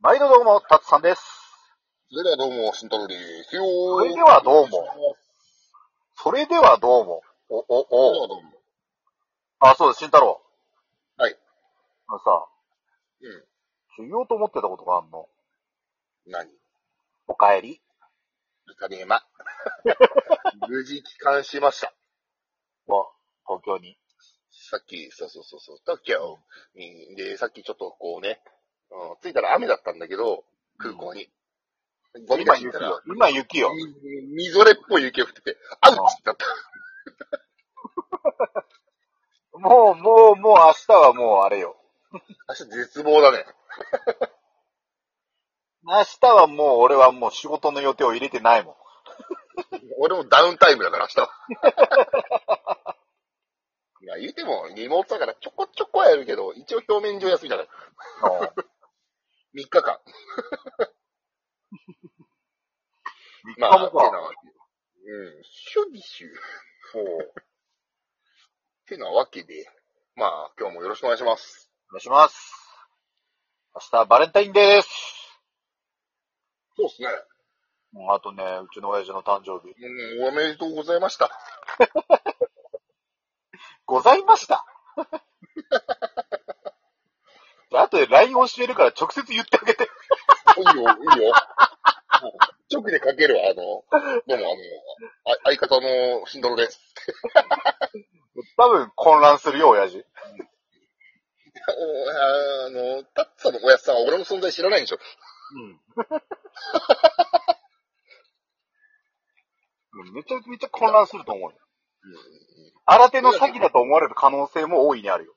毎度どうも、たつさんです。それではどうも、慎太郎ですよそー。れではどうも。も。それではどうも。お、それお、でお。はどうも。あ、そうです、慎太郎。はい。あのさ、うん。ちょ言おうと思ってたことがあんの。何おかえり。ただいま。 無事帰還しました。わ、東京に。さっき、そうそうそうそう、東京に、で、さっきちょっとこうね、うん、着いたら雨だったんだけど、空港に。ゴミ出今し行っ雪たらよ。、今雪よ。みみぞれっぽい雪が降ってて、アウチだった。もう、もう、もう明日はもうあれよ。明日絶望だね。明日はもう俺はもう仕事の予定を入れてないもん。俺もダウンタイムだから、明日は。 いや、言うても、リモートだからちょこちょこはやるけど、一応表面上休みだから。3日間。まあ、 3日てなもか。わけうん、シュビシュ。そう。てなわけで、まあ、今日もよろしくお願いします。お願いします。明日はバレンタインデーです。そうですね。もうあとね、うちの親父の誕生日。うん、おめでとうございました。ございました。 あとで LINE 教えるから直接言ってあげて。いいよ、いいよ。直でかけるわ、あの、どうも、あの、あ相方の慎太郎です。 多分混乱するよ、親父。おあの、タッツァのおやつさんは俺の存在知らないんでしょ。うん。めちゃめちゃ混乱すると思うよ。新手の詐欺だと思われる可能性も大いにあるよ。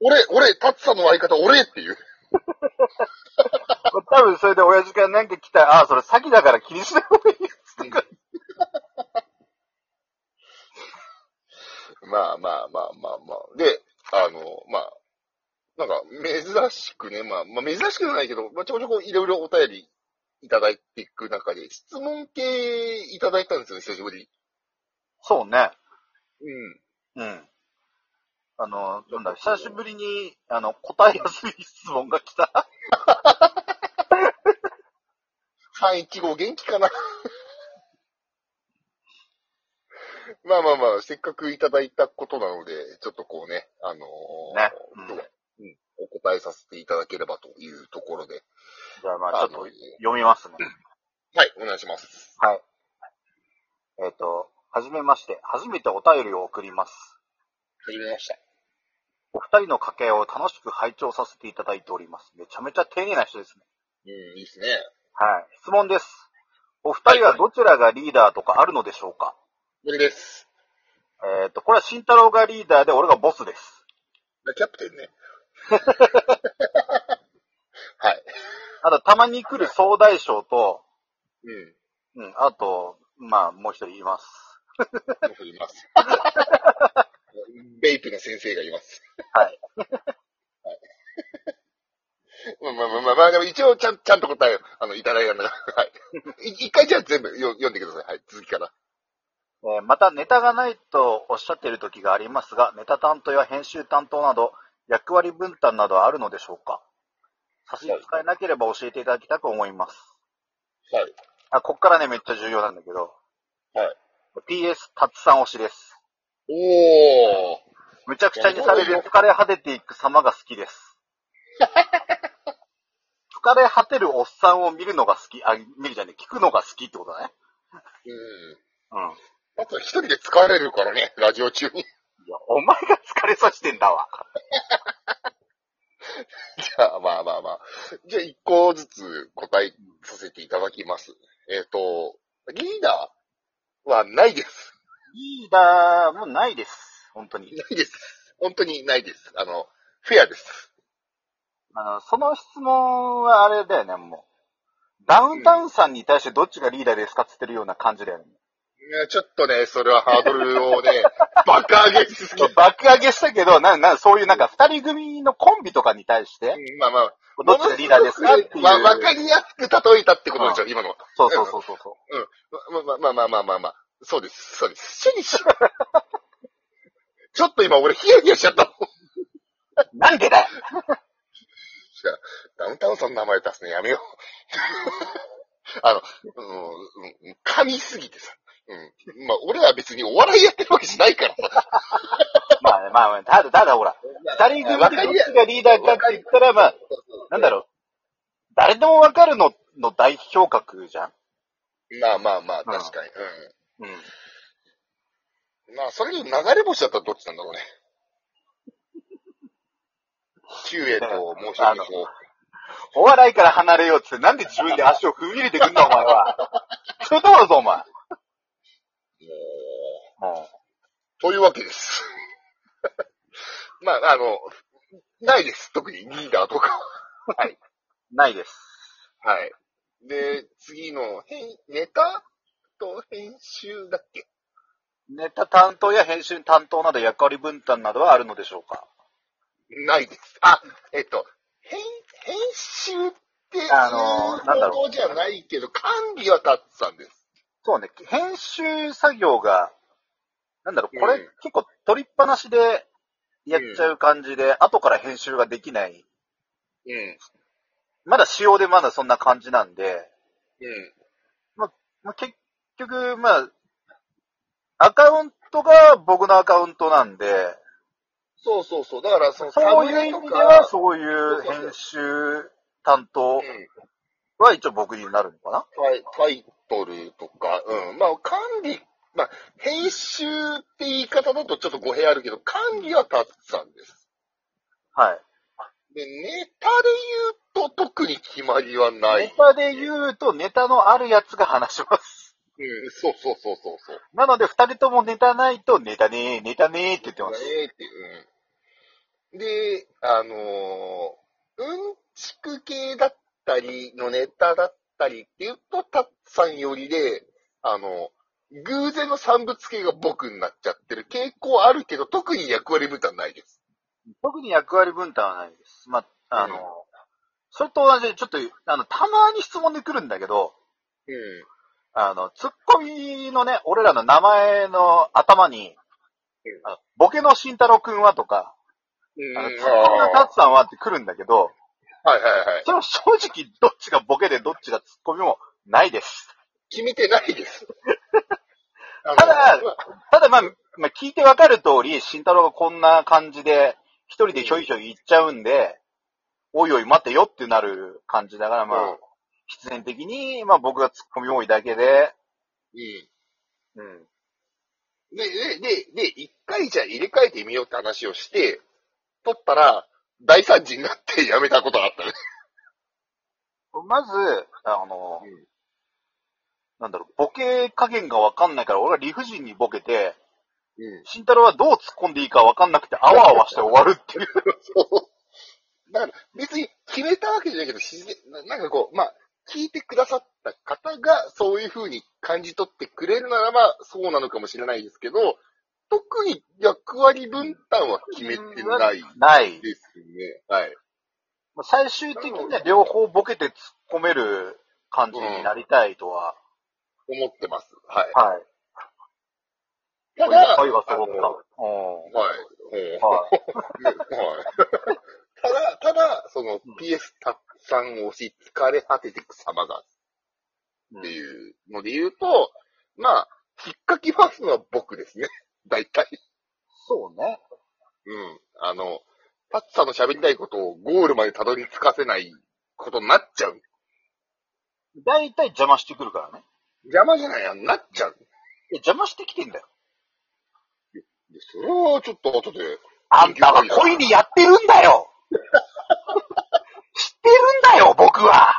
俺、俺、タッツァの相方俺っていう。多分それで親父がなんか来たら、ああ、それ詐欺だから気にしない方がいいよ。まあまあまあまあまあ。で、あの、まあ、なんか、珍しくね、まあ、まあ、珍しくはないけど、まあ、ちょこちょこいろいろお便りいただいていく中で、質問系いただいたんですよ、久しぶりに。そうね。うん。うん。あの、なんだ、久しぶりに、あの、答えやすい質問が来た。 315元気かな まあまあまあ、せっかくいただいたことなので、ちょっとこうね、あのーねうん今日はうんお答えさせていただければというところで。じゃあまあちょあっの、とはい、読みますね。お願いします。はい。えっ、と、はじめまして、初めてお便りを送ります。はじめました。お二人の掛け合いを楽しく拝聴させていただいております。めちゃめちゃ丁寧な人ですね。うん、いいですね。はい。質問です。お二人はどちらがリーダーとかあるのでしょうかこれです。えっ、と、これは慎太郎がリーダーで俺がボスです。キャプテンね。はい。あと、たまに来る総大将と、うん。うん、あと、まあ、もう一人います。僕います。ベイプの先生がいます。はい。 まあまあまあまあ、まあ、でも一応ちゃん、ちゃんと答えを、あの、いただいたんだから。 はい。い一回じゃあ全部よ読んでください。はい。続きから。えーまた、ネタがないとおっしゃっている時がありますが、ネタ担当や編集担当など、役割分担などはあるのでしょうか差し支えなければ教えていただきたく思います。はい。あ、こっからね、めっちゃ重要なんだけど。はい。 PS、たつさん推しです。おー。むちゃくちゃにされる疲れ果てていく様が好きです。 疲れ果てるおっさんを見るのが好き、あ、見るじゃねえ、聞くのが好きってことだね。うん。うん。あと一人で疲れるからね、ラジオ中に。 いや、お前が疲れさせてんだわ。じゃあ、まあまあまあ。じゃあ、一個ずつ答えさせていただきます。えっ、と、リーダーはないです。リーダーもないです。本当に。ないです。本当にないです。あの、フェアです。あの、その質問はあれだよね、もう。ダウンタウンさんに対してどっちがリーダーですかって言ってるような感じだよね。いやちょっとね、それはハードル をね、爆上げしすぎ。う爆上げしたけど、な、な、そういうなんか二人組のコンビとかに対して、んまあまあ、どっちがリーダーですかっていう。わ、わかりやすく例えたってことでしょ、今のは。そうそうそうそうそう。まままあまあまあまあまあ。そうです、そうです。シュリ シュちょっと今俺ヒヤヒヤしちゃったもん。なんでだよしか、ダウンタウンさんの名前出すのやめよう。 あの、うん、うん噛みすぎてさ。うん。まあ、俺ら別にお笑いやってるわけじゃないからさ。まあね、まあまあ、ただ、ただほら、二人組わでかどっりやちがリーダーかって言ったら、まあ、なんだろう、誰でもわかるの、の代表格じゃんまあまあまあ、うん確かに。うん。うん。まあ、それで流れ星だったらどっちなんだ ろうね。中衛と、もう一人あののこお笑いから離れようっつって、なんで自分で足を踏み入れてくんだ、お前は。それともだぞ、お前。う、もう、もというわけです。 まあ、あの、ないです。特にリーダーとか。う、ないです。はい。で、次の、編ネタと編集だっけネタ担当や編集担当など役割分担などはあるのでしょうかないです。あ、えっと、編、編集って、あのなんだろう報道じゃないけど、管理は立つさんです。そうね、編集作業が、なんだろう、これ、うん結構取りっぱなしでやっちゃう感じで、後から編集ができない。うん。まだ仕様でまだそんな感じなんで、うん。まあ、結局、まあ、アカウントが僕のアカウントなんで、そうそうそう。だから、その、そういう意味では、サそういう編集担当ムネとかうんは一応僕になるのかなタイタイトルとか、うん。まあ、管理、まあ、編集って言い方だとちょっと語弊あるけど、管理はたっさんです。はい。で、ネタで言うと特に決まりはない。ネタで言うと、ネタのあるやつが話します。うん、そうそうそうそうそう。なので、二人ともネタないと、ネタねー、ネタねーって言ってます。ええって、うん。で、あのーうんちく系だったりのネタだったりっていうと、たっさんよりで、あの、偶然の産物系が僕になっちゃってる傾向あるけど、特に役割分担ないです。特に役割分担はないです。まあ、あの、うんそれと同じで、ちょっと、あの、たまに質問で来るんだけど、うん。あの、ツッコミのね、俺らの名前の頭にうん、あのボケの慎太郎くんはとか、うんあのツッコミのあ達さんはって来るんだけど、あはいはいは い。それは正直どっちがボケでどっちがツッコミもないです。決めてないです。 たただただまあ、まあ、聞いてわかる通り、慎太郎がこんな感じで、一人でひょいひょい行っちゃうんで、おいおい待てよってなる感じだから、まうんあ、必然的に、まあ僕がツッコミ多いだけで、うん。うん。で、で、で、で、一回じゃ入れ替えてみようって話をして、取ったら、大惨事になってやめたことがあったね。まず、あの、うんなんだろう、ボケ加減がわかんないから、俺は理不尽にボケて、うん。慎太郎はどう突っ込んでいいかわかんなくて、あわあわして終わるっていう。そう。だから、別に決めたわけじゃないけど、自然、ななんかこう、まあ、聞いてくださった方が、そういう風に感じ取ってくれるならば、そうなのかもしれないですけど、特に役割分担は決めてないない。ですね。はい。まあ最終的には両方ボケて突っ込める感じになりたいとは。思ってます。はい。はい。ただ、恋はすごくあのは多い。うんはい。はい。ただ、ただ、その PS たくさん押し疲れ果てていく様がうっんていうので言うと、まあ、引っかき回すのは僕ですね。 大体。そうね。うん。あの、パッツさんの喋りたいことをゴールまでたどり着かせないことになっちゃう。大体邪魔してくるからね。邪魔じゃないやん、なっちゃう。いや邪魔してきてんだよ。でそれはちょっと後で、あんたは恋にやってるんだよ知ってるんだよ、僕は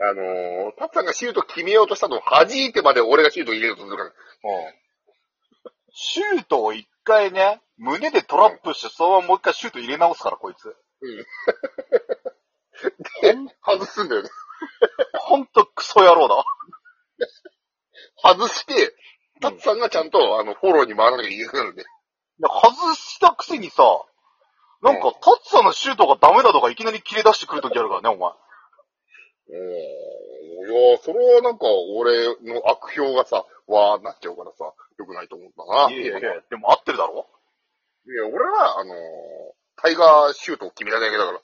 あのー、パッツさんがシュート決めようとしたのを弾いてまで俺がシュート入れようとするから、 シュートを一回ね、胸でトラップして、そのままもう一回シュート入れ直すから、こいつ。外すんだよね。ほんとクソ野郎だ。外して、タッツさんがちゃんと、あの、フォローに回らなきゃいけないので。いや外したくせにさ、なんうか、タツさんのシュートがダメだとかいきなり切れ出してくるときあるからね、お前。おーいやーそれはなんか、俺の悪評がさ、わーなっちゃうからさ、良くないと思ったな。いやいやいや、でも合ってるだろ いや俺は、あのータイガーシュートを決めただけだから。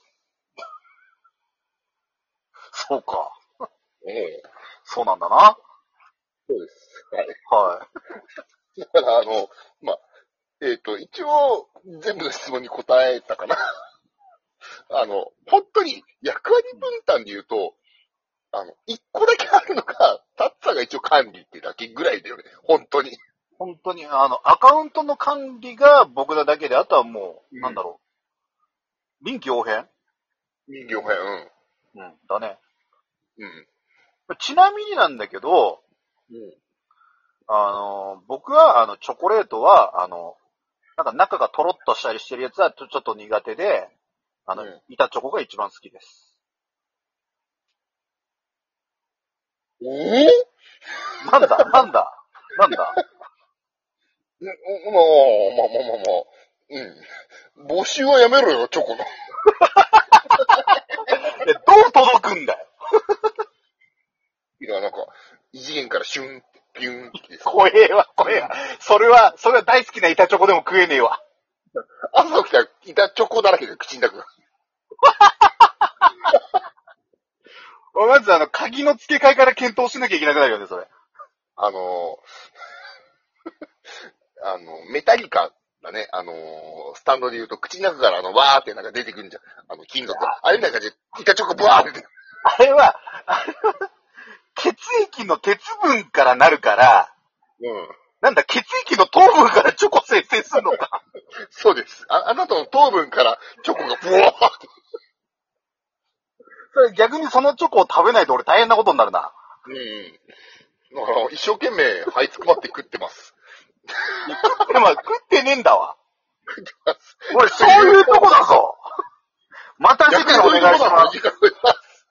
そうか。ええ、そうなんだな。そうです。はい。はだから、あの、まあ、えっ、と、一応、全部の質問に答えたかな。 あの、本当に役割分担で言うと、あの、一個だけあるのが、タッツァが一応管理ってだけぐらいだよね。本当に。い。本当に、あの、アカウントの管理が僕らだけで、あとはもう、うんなんだろう。臨機応変人形編、うん。だね。うん。ちなみになんだけど、うん。あの、僕は、あの、チョコレートは、あの、なんか中がトロッとしたりしてるやつはちょちょっと苦手で、あの、うん板チョコが一番好きです。おおなんだ、なんだ、なんだ。まあ、まあまあまあまあ。うん。募集はやめろよ、チョコの。え、どう届くんだよいや、なんか、異次元からシュンって、ピュンってさ。怖えわ、怖えわ。それは、それは大好きな板チョコでも食えねえわ。朝起きたら、板チョコだらけで口に抱く。まずあの、鍵の付け替えから検討しなきゃいけなくなるよね、それ。あのー、 あの、メタリカだね、あのー、スタンドで言うと、口の中からあの、わーってなんか出てくるんじゃん。あの、金属が。あれなんかじゃ、板チョコブワーって出てくる。あれは、あれは血液の鉄分からなるから、うん。なんだ、血液の糖分からチョコ生成するのか。そうです。あ、あなたの糖分からチョコがブワーって。それ逆にそのチョコを食べないと俺大変なことになるな。うん。だから、一生懸命、這いつくばって食ってます。でも食ってねえんだわ。食ってます。 俺、そういうとこだぞ。また次回お願いします。逆にそういうとこだ